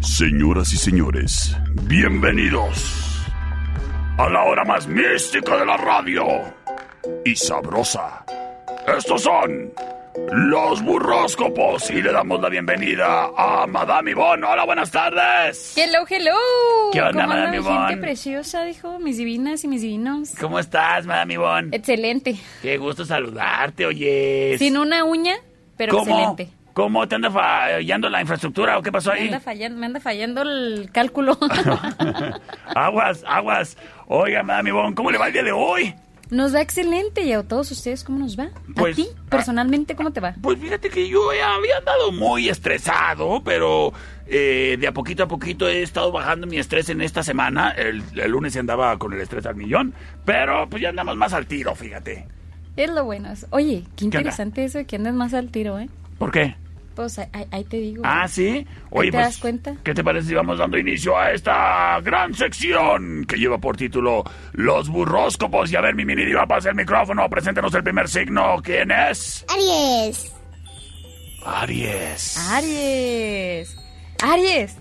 Señoras y señores, bienvenidos a la hora más mística de la radio y sabrosa. Estos son los burróscopos y le damos la bienvenida a Madame Yvonne. Hola, buenas tardes. Hello, hello. ¿Qué onda, ¿Cómo Madame andan, Ivonne? gente preciosa, dijo, mis divinas y mis divinos. ¿Cómo estás, Madame Yvonne? Eh, Excelente. Qué gusto saludarte, oye. Sin una uña, pero ¿Cómo? excelente. ¿Cómo te anda fallando la infraestructura o qué pasó Me ahí? anda, fallando, me anda fallando el cálculo. aguas, aguas. Oiga, Madame Yvonne, ¿cómo le va el día de hoy? nos va excelente. ¿Y a todos ustedes cómo nos va? Pues, ¿A ti, personalmente, cómo te va? Pues fíjate que yo ya había andado muy estresado, pero eh, de a poquito a poquito he estado bajando mi estrés en esta semana. El, el lunes andaba con el estrés al millón, pero pues ya andamos más al tiro, fíjate. Es lo bueno. eso. Oye, qué onda? interesante eso de que andas más al tiro, ¿eh? ¿Por qué? Pues ahí, ahí- ahí te digo. Ah, sí. te das cuenta? ¿Qué te parece si vamos dando inicio a esta gran sección que lleva por título Los burróscopos? Y a ver, mi mini diva, pasa el micrófono, preséntanos el primer signo. ¿Quién es? Aries, Aries. Ah. Aries. Aries.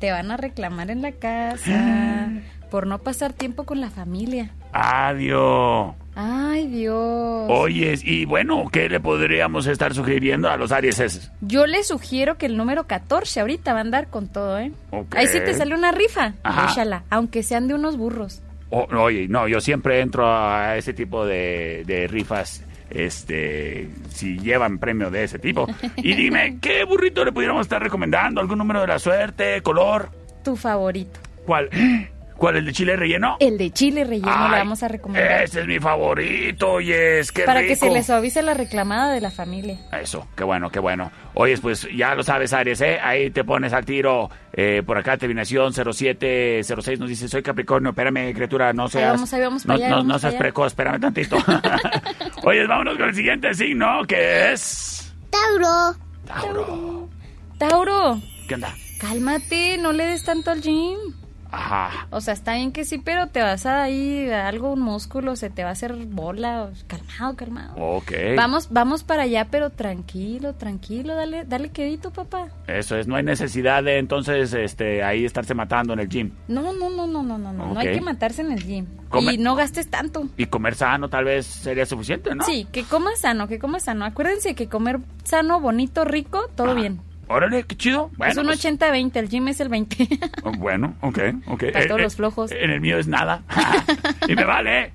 Te van a reclamar en la casa por no pasar tiempo con la familia. Adiós. Ay, Dios. Oyes, y bueno, ¿qué le podríamos estar sugiriendo a los Arieses? Yo le sugiero que el número 14 ahorita va a andar con todo, ¿eh? Ok. Ahí sí te sale una rifa. Ajá. Échala, aunque sean de unos burros. O- oye, no, yo siempre entro a ese tipo de, de rifas, este, si llevan premio de ese tipo. Y dime, ¿qué burrito le pudiéramos estar recomendando? ¿Algún número de la suerte? ¿Color? Tu favorito. ¿Cuál? ¿Cuál? ¿El de chile relleno? El de chile relleno Eh, le Ay, vamos a recomendar. Ese es mi favorito, oyes, qué para que rico. se les suavice la reclamada de la familia. Eso, qué bueno, qué bueno. Oyes, pues ya lo sabes, Aries, ¿eh? Ahí te pones al tiro. Eh, por acá, terminación 0706 nos dice, soy Capricornio, espérame, criatura, no seas... vamos, ahí vamos no, para allá, no- vamos no para seas allá. precoz, espérame tantito. Oyes, vámonos con el siguiente signo, que es... Tauro, Tauro. Tauro, ¿Qué onda? cálmate, no le des tanto al gym. Ajá. O sea, está bien que sí, pero te vas a ir a algo, un músculo, se te va a hacer bola. o- Calmado, calmado. Ok. Vamos, vamos para allá, pero tranquilo, tranquilo, dale, dale quedito, papá. Eso es, no hay necesidad de entonces este, ahí estarse matando en el gym. No, no, no, no, no, no, no. No hay Ok. que matarse en el gym. Come- Y no gastes tanto. Y comer sano tal vez sería suficiente, ¿no? Sí, que comas sano, que comas sano. Acuérdense que comer sano, bonito, rico, todo Ajá. bien. Órale, qué chido. Ah, Bueno, es un pues- 80-20, el gym es el 20. Oh, Bueno, ok, ok. Eh, Para todos los flojos. En el mío es nada. y me vale.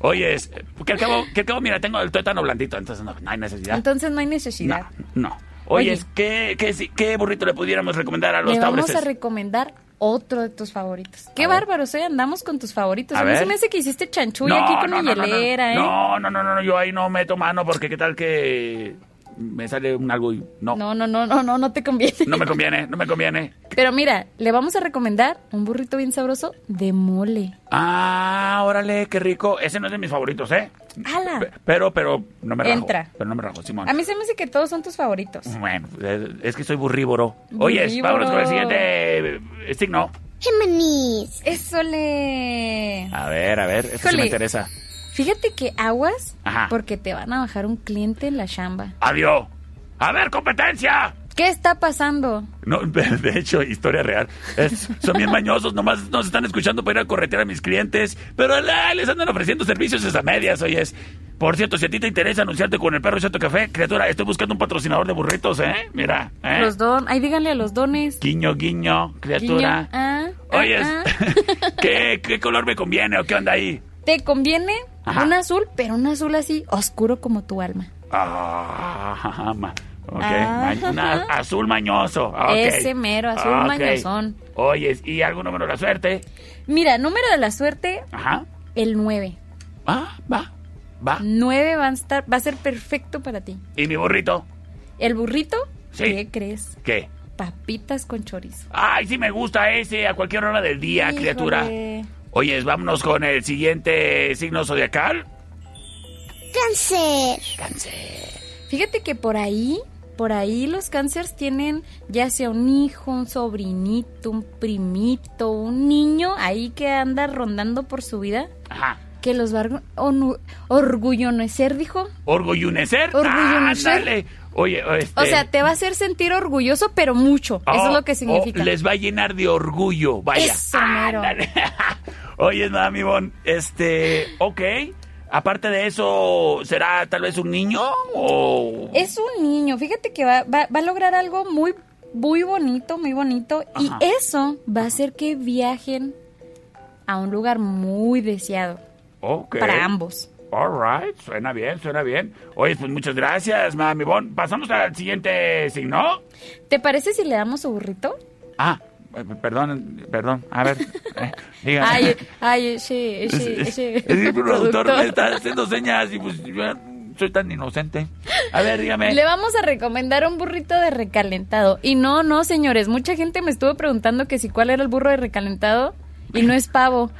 Oye, es, que al cabo, que al cabo, mira, tengo el tuétano blandito, entonces no, no hay necesidad. Entonces no hay no, necesidad. no. Oye, Oye. es, ¿qué, qué, si- qué burrito le pudiéramos recomendar a los Le vamos taureses? a recomendar otro de tus favoritos. Qué A ver. bárbaros, ¿eh? Andamos con tus favoritos. A A, mí se ver. me hace que hiciste chanchulla aquí con mi hielera, no, ¿eh? no, no, no, no, yo ahí no meto mano porque qué tal que me sale un algo y no, no, No, no, no, no, no, no te conviene. me conviene, no me conviene. Pero mira, le vamos a recomendar un burrito bien sabroso de mole. Ah, órale, qué rico. Ese no es de mis favoritos, ¿eh? ¡Hala! Pe- Pero, pero, no me rajo. Ah. Entra. Pero no me rajo, Simón. A mí se me hace que todos son tus favoritos. Bueno, eh, es que soy burríboro. Oye, Burríboro. vámonos con el siguiente eh, signo. Géminis, Eso le. A ver, a ver, esto sí Híjole. me interesa. Fíjate que aguas Ajá. porque te van a bajar un cliente en la chamba. Adiós. A ver, competencia. ¿Qué está pasando? No, de de hecho, historia real. Es- son bien mañosos, nomás nos están escuchando para ir a corretear a mis clientes, pero ah, les andan ofreciendo servicios esas medias, oye. es- Por cierto, si a ti te interesa anunciarte con el perro Chato Café, criatura, estoy buscando un patrocinador de burritos, ¿eh? Mira, ¿eh? Los don, ay díganle a los dones. Guiño, guiño, criatura. Guiño, ah, ah, Oye, ah. ¿qué, ¿qué color me conviene o qué onda ahí? Te conviene Ajá. un azul, pero un azul así oscuro como tu alma. Ah, ma- Ok, Ah. ma- una azul mañoso. ah, ok. Ah, Ese mero, azul Ok. mañosón. Oye, ¿y algún número de la suerte? Mira, número de la suerte, Ajá. el 9. Va, va, va. 9 va a, estar, va a ser perfecto para ti. ¿Y mi burrito? El burrito, Sí. ¿qué crees? ¿Qué? Papitas con chorizo. Ay, sí me gusta ese a cualquier hora del día, Híjole. criatura. Oye, vámonos con el siguiente signo zodiacal. cáncer, Cáncer. Fíjate que por ahí, por ahí los cánceres tienen ya sea un hijo, un sobrinito, un primito, un niño ahí que anda rondando por su vida, Ajá. que los va a orgu- onu- orgullonecer, dijo. Orgullunecer. Orgullunecer. Ándale. Oye, este, O sea, te va a hacer sentir orgulloso, pero mucho. Eso oh, es lo que oh, significa. les va a llenar de orgullo, vaya. Eso, mero. Ándale. Oye, nada, mi bon. Este, ok. Aparte de eso, ¿será tal vez un niño o...? Es un niño, fíjate que va, va- va a lograr algo muy, muy bonito, muy bonito. Ajá. Y eso va a hacer que viajen a un lugar muy deseado Ok. para ambos. All right, suena bien, suena bien. Oye, pues muchas gracias, mami Bon. Pasamos al siguiente signo. ¿Te parece si le damos su burrito? Ah, eh, perdón, perdón. A ver, eh, dígame. Ay, ay, ese, es, ese, es- ese es que el productor productor. me está haciendo señas y pues yo soy tan inocente. A ver, dígame. Le vamos a recomendar un burrito de recalentado. Y no, no, señores, mucha gente me estuvo preguntando que si cuál era el burro de recalentado y no es pavo.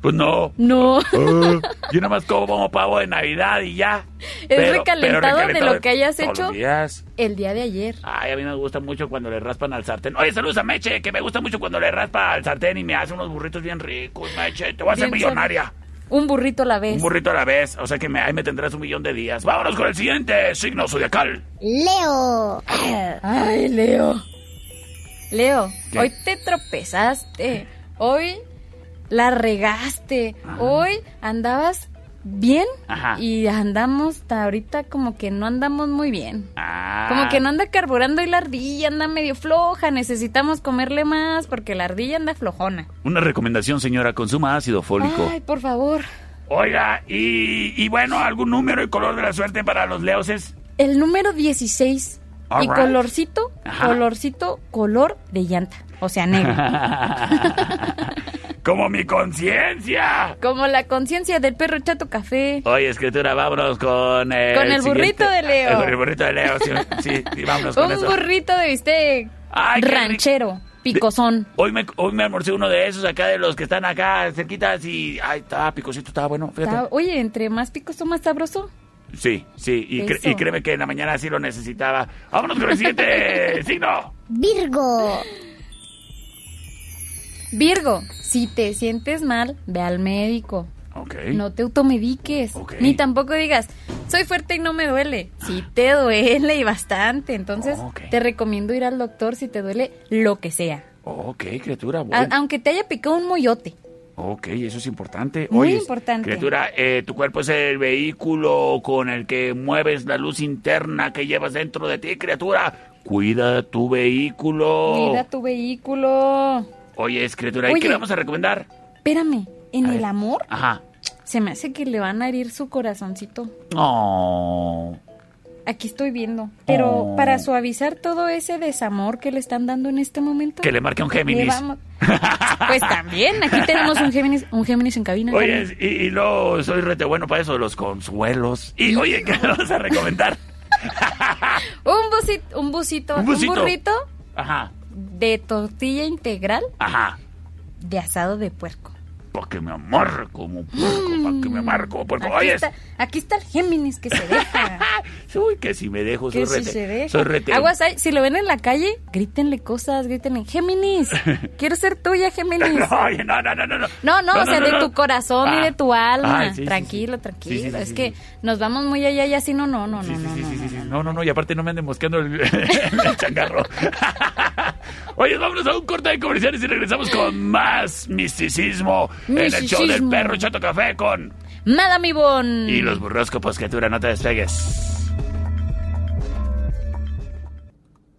Pues no. No. Ah, yo nada más como pavo de Navidad y ya. Es recalentado de lo que hayas todos hecho. los días. El día de ayer. Ay, a mí me gusta mucho cuando le raspan al sartén. Oye, saludos a Meche, que me gusta mucho cuando le raspa al sartén y me hace unos burritos bien ricos, Meche. Te voy a hacer Bien millonaria. Un burrito a la vez. Un burrito a la vez. O sea que me- ahí me tendrás un millón de días. Vámonos con el siguiente signo zodiacal. Leo, Ay, Leo. Leo, ¿Qué? hoy te tropezaste. Hoy la regaste. Ajá. Hoy andabas bien Ajá. y andamos ta- ahorita como que no andamos muy bien. Ah. Como que no anda carburando y la ardilla anda medio floja. Necesitamos comerle más porque la ardilla anda flojona. Una recomendación, señora. Consuma ácido fólico. Ay, por favor. Oiga, y, y bueno, algún número y color de la suerte para los leoses. El número 16. All y right. colorcito, Ajá. colorcito, color de llanta. O sea, negro. Como mi conciencia. Como la conciencia del perro chato café. Oye, escritura, vámonos con el. Con el siguiente- burrito de Leo. Con el burrito de Leo, sí, sí, sí, vámonos con Un eso. burrito de bistec Ay, qué ranchero, De- picosón. Hoy me, hoy me almorcé uno de esos acá, de los que están acá cerquitas y... Ay, estaba picosito, estaba bueno, fíjate. Está- oye, entre más picosón, más sabroso. Sí, sí, y, cre- Eso. y créeme que en la mañana sí lo necesitaba. ¡Vámonos con el siguiente signo! Virgo, Virgo, si te sientes mal, ve al médico. Ok. No te automediques. Ok. Ah. Ni tampoco digas, soy fuerte y no me duele. Si te duele y bastante. Entonces, Ok. te recomiendo ir al doctor si te duele lo que sea. Ok, criatura, A- bueno. aunque te haya picado un moyote. Ok, eso es importante. Muy Oyes, importante. Criatura, eh, tu cuerpo es el vehículo con el que mueves la luz interna que llevas dentro de ti, criatura. Cuida tu vehículo. Cuida tu vehículo. Oyes, criatura, ¿y Oye. qué le vamos a recomendar? Espérame, en A el ver. amor Ajá. se me hace que le van a herir su corazoncito. No. Aquí estoy viendo. Pero Oh. para suavizar todo ese desamor que le están dando en este momento. Que le marque a un le Géminis. vamos- Pues también, aquí tenemos un Géminis, un Géminis en cabina. Carmen. Oye, y, y luego soy rete bueno para eso, de los consuelos. Y oye, ¿qué le vas a recomendar? Un busito, un busito, Un un, busito. burrito Ajá, de tortilla integral ajá. de asado de puerco. Pa' que me amarre como puerco, pa' que me amarre como puerco. Aquí Oye, está, aquí está el Géminis que se deja. uy, que si me dejo, soy que si rete. se Soy deja. rete. Aguas, ahí, si lo ven en la calle, grítenle cosas, grítenle, Géminis, quiero ser tuya, Géminis. No, oye, no, no, no, no. No, no, o sea, de tu corazón y Ah. de tu alma. Ay, sí, sí, tranquilo, sí. tranquilo. Sí, sí, sí, es sí, que sí. nos vamos muy allá y así no, no, no, Sí, no, sí, no, sí, no, sí, sí, no. sí. No, no, no, y aparte no me anden mosqueando el, el changarro. Oye, vámonos a un corte de comerciales y regresamos con más misticismo, en el show del Misticismo. Mm. perro Chato Café con Madame Yvonne. Y los burroscopos, criatura, no te despegues.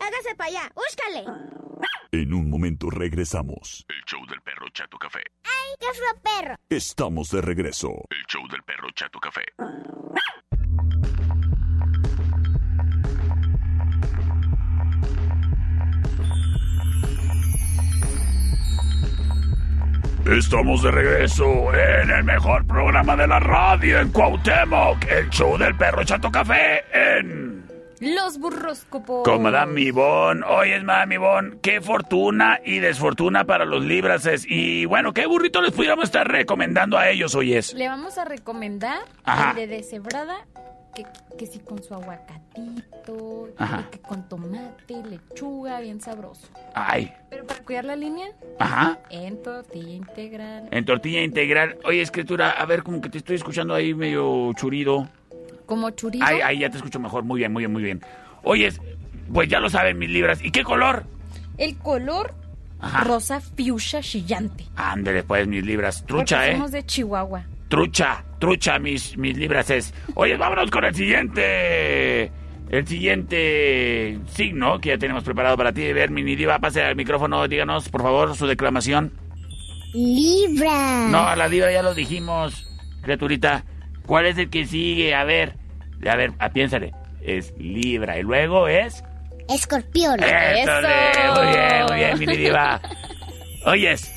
hágase para allá, búscale. En un momento regresamos. El show del perro Chato Café. Ay, qué feo perro. Estamos de regreso. El show del perro Chato Café. Estamos de regreso en el mejor programa de la radio en Cuauhtémoc, el show del perro Chato Café en... Los burroscopos. Con Madame Ivonne. Oye, Madame Ivonne, qué fortuna y desfortuna para los librases. Y bueno, ¿qué burrito les pudiéramos estar recomendando a ellos hoy es? Le vamos a recomendar Ajá. el de deshebrada, que, que sí con su aguacatito, Ajá. y que con tomate, lechuga, bien sabroso. Ay, Pero para cuidar la línea, ajá. en tortilla integral. En tortilla integral. Oye, escritura, a ver, como que te estoy escuchando ahí medio churido. Como churito, Ay, ay, ya te escucho mejor. Muy bien, muy bien, muy bien. Oye, pues ya lo saben mis libras. ¿Y qué color? el color ah. Ajá. rosa fuchsia chillante. Ándele, pues, mis libras. Trucha, Porque ¿eh? somos de Chihuahua. Trucha, trucha, mis, mis libras es. Oye, vámonos con el siguiente. El siguiente signo que ya tenemos preparado para ti. Ver, mini diva, pase al micrófono, díganos, por favor, su declamación. Libra. No, a la diva ya lo dijimos, criaturita. ¿Cuál es el que sigue? A ver, a ver, a- piénsale. Es Libra y luego es... Escorpión. Eh. ¡Éstole! Muy bien, muy bien, mini diva. Oyes,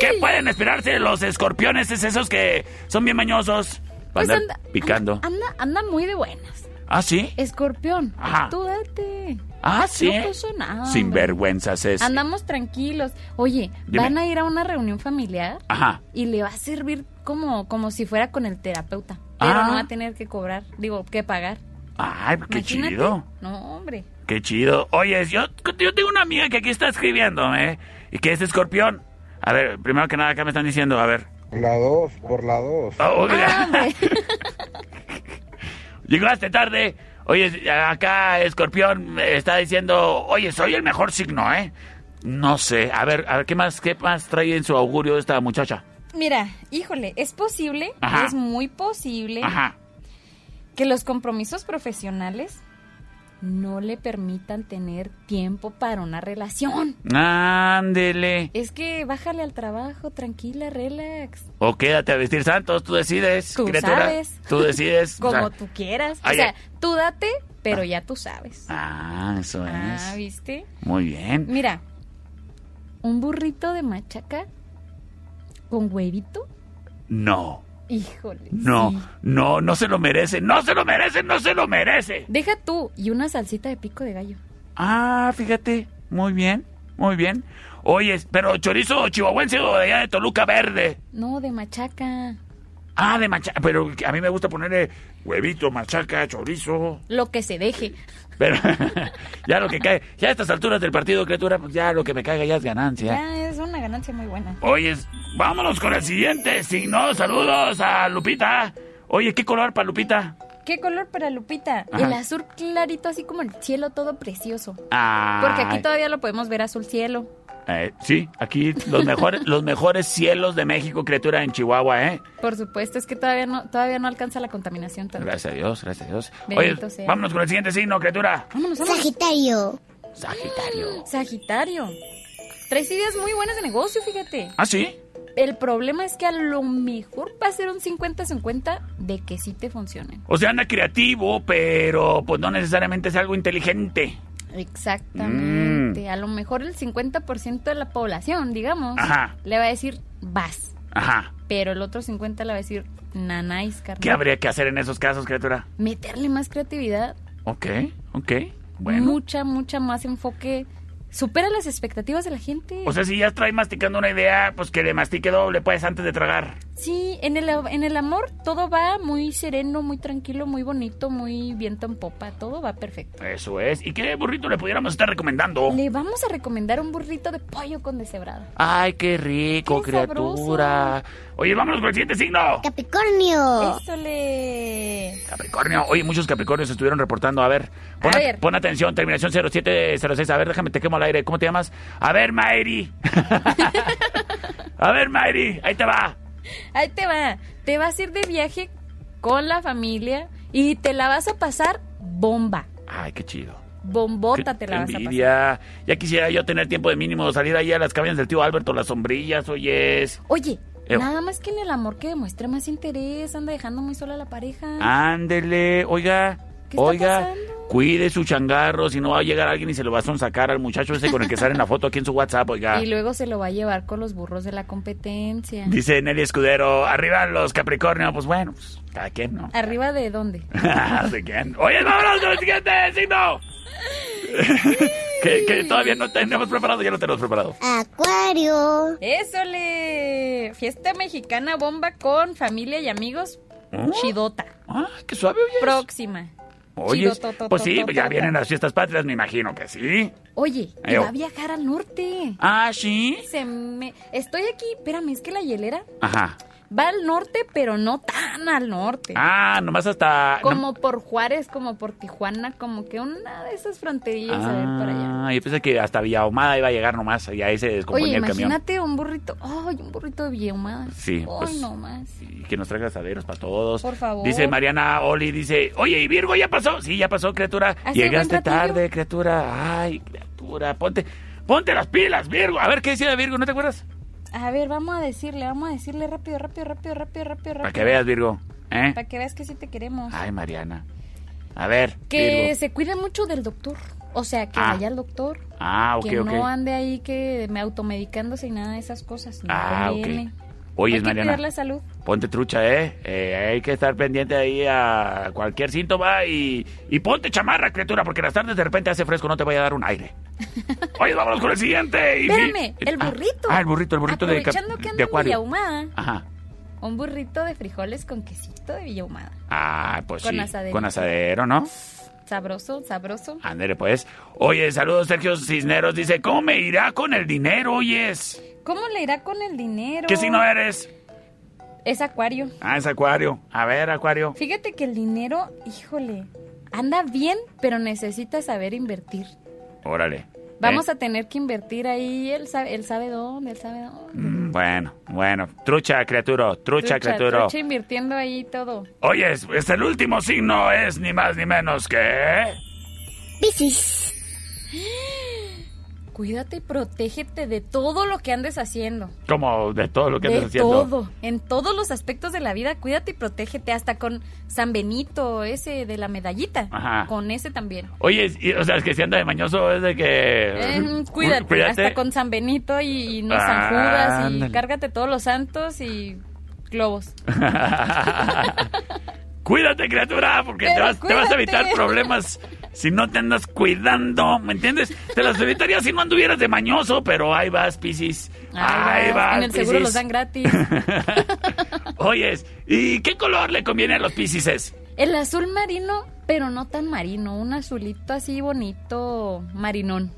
¿qué pueden esperarse los escorpiones? Es esos que son bien mañosos. Van a andar picando. Pues Anda, anda muy de buenas. ¿Ah, sí? Escorpión, Ajá. tú date. Ah, sí. Eh, No pasó nada. Sinvergüenzas es. Andamos tranquilos. Oye, Dime. van a ir a una reunión familiar Ajá. y le va a servir como, como si fuera con el terapeuta. Pero Ah. no va a tener que cobrar, digo, que pagar. Ay, qué Imagínate. chido. No, hombre. Qué chido. Oye, yo, yo tengo una amiga que aquí está escribiéndome y que es escorpión. A ver, primero que nada, acá me están diciendo, a ver. La 2, por la 2. Oh, Ah, mira. hombre. Llegaste tarde. Oye, acá Escorpión me está diciendo, oye, soy el mejor signo, ¿eh? No sé. A ver, a ver, ¿qué más, qué más trae en su augurio esta muchacha? Mira, híjole, es posible, Ajá. es muy posible Ajá. que los compromisos profesionales no le permitan tener tiempo para una relación. Ándele. Es que bájale al trabajo, tranquila, relax. O quédate a vestir santos, tú decides. Tú criatura. sabes. Tú decides. o Como sea, tú quieras. Ah. ay, o sea, ay. tú date, pero ya tú sabes. Ah, eso Ah, es. ¿viste? Muy bien. Mira, un burrito de machaca con huevito. No, Híjole. no, sí. no, no se lo merece. No se lo merece, no se lo merece. Deja tú y una salsita de pico de gallo. Ah, fíjate. Muy bien, muy bien. Oye, pero chorizo chihuahuense o de allá de Toluca Verde. No, de machaca. Ah, de machaca. Pero a mí me gusta ponerle huevito, machaca, chorizo. Lo que se deje. Pero ya lo que cae. Ya a estas alturas del partido, criatura, pues ya lo que me caiga ya es ganancia. Ya es una ganancia muy buena. Oye, vámonos con el siguiente signo. Saludos a Lupita. Oye, ¿qué color para Lupita? ¿Qué color para Lupita? Ajá. El azul clarito, así como el cielo todo precioso. Ah, Porque aquí todavía lo podemos ver azul cielo. eh, sí, aquí los mejores, los mejores cielos de México, criatura en Chihuahua, ¿eh? Por supuesto, es que todavía no, todavía no alcanza la contaminación tanto. Gracias a Dios, gracias a Dios. Bendito Oye, sea. vámonos con el siguiente signo, criatura. Vámonos, vámonos. Sagitario. Sagitario. Sagitario. Tres ideas muy buenas de negocio, fíjate. ¿Ah, sí? El problema es que a lo mejor va a ser un 50-50 de que sí te funcionen. O sea, anda creativo, pero pues no necesariamente es algo inteligente. Exactamente. Mm. A lo mejor el 50% de la población, digamos, Ajá. le va a decir vas. Ajá. Pero el otro 50 le va a decir nanáis, carnal. ¿Qué habría que hacer en esos casos, criatura? Meterle más creatividad, Ok, ok. Bueno. mucha, mucha más enfoque. Supera las expectativas de la gente. O sea, si ya trae masticando una idea, pues que le mastique doble, pues, antes de tragar. Sí, en el, en el amor todo va muy sereno, muy tranquilo, muy bonito, muy viento en popa, todo va perfecto. Eso es. ¿Y qué burrito le pudiéramos estar recomendando? Le vamos a recomendar un burrito de pollo con deshebrada. Ay, qué rico, Qué criatura. Oye, vámonos con el siguiente signo. Capricornio. Eso le... Capricornio. Oye, muchos Capricornios estuvieron reportando. A ver, pon, A ver. pon atención, terminación 0706. A ver, déjame, te quemo al aire. ¿Cómo te llamas? A ver, Mairi. a ver, Mairi, ahí te va. Ahí te va. Te vas a ir de viaje con la familia y te la vas a pasar bomba. Ay, qué chido. Bombota Qué- te qué la vas a pasar. envidia. Ya quisiera yo tener tiempo de mínimo salir ahí a las cabinas del tío Alberto, las sombrillas, oyes. Oye, Ew. nada más que en el amor que demuestre más interés, anda dejando muy sola a la pareja. Ándele, oiga, ¿Qué está oiga. pasando? Cuide su changarro, si no va a llegar alguien y se lo va a sonsacar al muchacho ese con el que sale en la foto aquí en su WhatsApp, oiga. Y luego se lo va a llevar con los burros de la competencia. Dice Nelly Escudero, arriba los Capricornio. Pues bueno, pues, cada quien, ¿no? ¿Arriba de dónde? Ah. ¿De quién? Oye, vámonos con el siguiente signo. que, que todavía no tenemos preparado, ya lo tenemos preparado. Acuario. ¡Ésole! Fiesta mexicana bomba con familia y amigos. ¿Oh? Chidota. Ah, qué suave, oye. Próxima. Oye, Chidototototota. pues sí, ya vienen las fiestas patrias, me imagino que sí. Oye, Ay, y va oh. a viajar al norte. Ah, sí. Se me... Estoy aquí, espérame, es que la hielera Ajá. va al norte, pero no tan al norte. Ah, nomás hasta. Como por Juárez, como por Tijuana, como que una de esas fronterillas a ver para allá. Ah, yo pensé que hasta Villahumada iba a llegar nomás y ahí se Oye, descomponía el camión. imagínate un burrito. Ay, un burrito de Villahumada. Sí, Ay, pues- no más. Y que nos traiga asaderos para todos. Por favor. Dice Mariana Oli, dice, oye, ¿y Virgo ya pasó? Sí, ya pasó, criatura. Hace Llegaste buen ratillo. tarde, criatura. Ay, criatura, ponte, ponte las pilas, Virgo. A ver, ¿qué decía Virgo? ¿No te acuerdas? A ver, vamos a decirle, vamos a decirle rápido, rápido, rápido, rápido, rápido. Para rápido. que veas, Virgo. ¿Eh? Para que veas que sí te queremos. Ay, Mariana. A ver, que Virgo. se cuide mucho del doctor. O sea, que Ah. vaya al doctor. Ah, ok, que ok. no ande ahí que me automedicándose y nada de esas cosas. No Ah, ok. conviene. Oye, Hay que Mariana. cuidar la salud. Ponte trucha, ¿eh? Eh, Hay que estar pendiente ahí a cualquier síntoma y, y ponte chamarra, criatura, porque en las tardes de repente hace fresco, no te vaya a dar un aire. Oye, vámonos con el siguiente. y- Espérame, y- el ah, burrito. Ah, el burrito, el burrito de, cap- Aprovechando de que ando en Villa acuario. Humada, Ajá. un burrito de frijoles con quesito de Villa Humada. Ah, pues Con sí. asadero. Con asadero, ¿no? Sabroso, sabroso. Andere, pues. Oye, saludos, Sergio Cisneros. Dice, ¿cómo me irá con el dinero, oyes? ¿Cómo le irá con el dinero? ¿Qué signo eres? Es acuario. Ah, es acuario. A ver, acuario. Fíjate que el dinero, híjole, anda bien, pero necesita saber invertir. Órale. Vamos ¿Eh? a tener que invertir ahí, él sabe, él sabe dónde, él sabe dónde. Mm, Bueno, bueno. Trucha, criatura. Trucha, criatura. trucha invirtiendo ahí todo. Oye, es, es el último signo, es ni más ni menos que... Piscis. Cuídate y protégete de todo lo que andes haciendo. Como de todo lo que de andas haciendo. todo, en todos los aspectos de la vida, cuídate y protégete, hasta con San Benito, ese de la medallita, Ajá. con ese también. Oye, y- o sea, es que si anda de mañoso es de que... Eh, cu- cuídate, hasta con San Benito y, y no San Judas y Ah, Ándale. cárgate todos los santos y globos. cuídate, criatura, porque te Pero vas, te vas a evitar cuídate. problemas si no te andas cuidando, ¿me entiendes? Te las evitaría si no anduvieras de mañoso, pero ahí vas, Piscis. Ay, Ahí vas, vas, en el seguro Piscis. los dan gratis. Oyes, ¿y qué color le conviene a los Piscises? El azul marino, pero no tan marino, un azulito así bonito, marinón.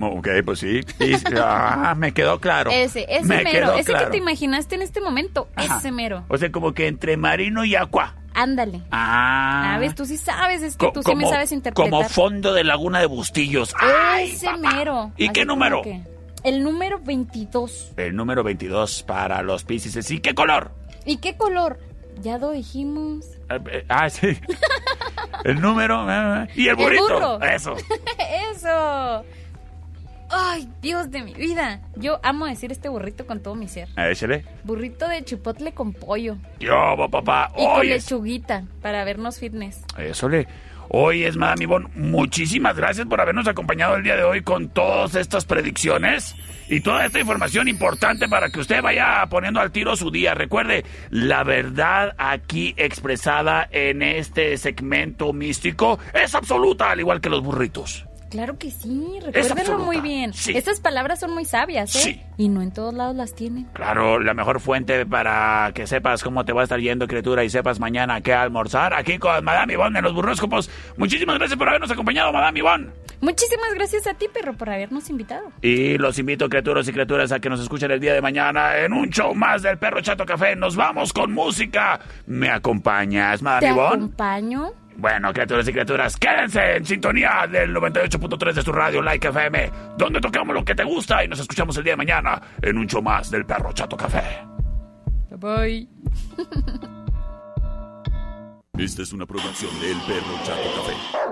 Ok, pues sí. ah, me quedó claro. Ese, ese mero, ese que te imaginaste en este momento, Ajá. ese mero. O sea, como que entre marino y agua. Ándale. Ah. Ah, ves, tú sí sabes, es que Co- tú sí me sabes interpretar. Como fondo de laguna de bustillos. ¡Ay, Ese papá! mero. ¿Y Así qué como número? que El número 22. El número 22 para los Pisces. ¿Y qué color? ¿Y qué color? Ya lo dijimos. Eh, eh, Ah, sí. el número. eh, eh. Y el burrito. burro. Eso. ¡Eso! ¡Ay, Dios de mi vida! Yo amo decir este burrito con todo mi ser. Ah, Échale. Burrito de chipotle con pollo. Yo, papá. Y con Oye. lechuguita para vernos fitness. Eso le. Hoy es Madame Ivonne. Muchísimas gracias por habernos acompañado el día de hoy con todas estas predicciones y toda esta información importante para que usted vaya poniendo al tiro su día. Recuerde, la verdad aquí expresada en este segmento místico es absoluta, al igual que los burritos. Claro que sí, recuérdenlo absoluta, muy bien. sí. Estas palabras son muy sabias, ¿eh? Sí. Y no en todos lados las tienen. Claro, la mejor fuente para que sepas cómo te va a estar yendo, criatura, y sepas mañana qué almorzar aquí con Madame Ivonne en los burróscopos. Muchísimas gracias por habernos acompañado, Madame Ivonne. Muchísimas gracias a ti, perro, por habernos invitado. Y los invito, criaturas y criaturas, a que nos escuchen el día de mañana en un show más del Perro Chato Café. Nos vamos con música. ¿Me acompañas, Te Madame Ivonne? acompaño. Bueno, criaturas y criaturas, quédense en sintonía del 98.3 de su radio, Like FM, donde tocamos lo que te gusta y nos escuchamos el día de mañana en un show más del Perro Chato Café. Bye bye. Esta es una producción del Perro Chato Café.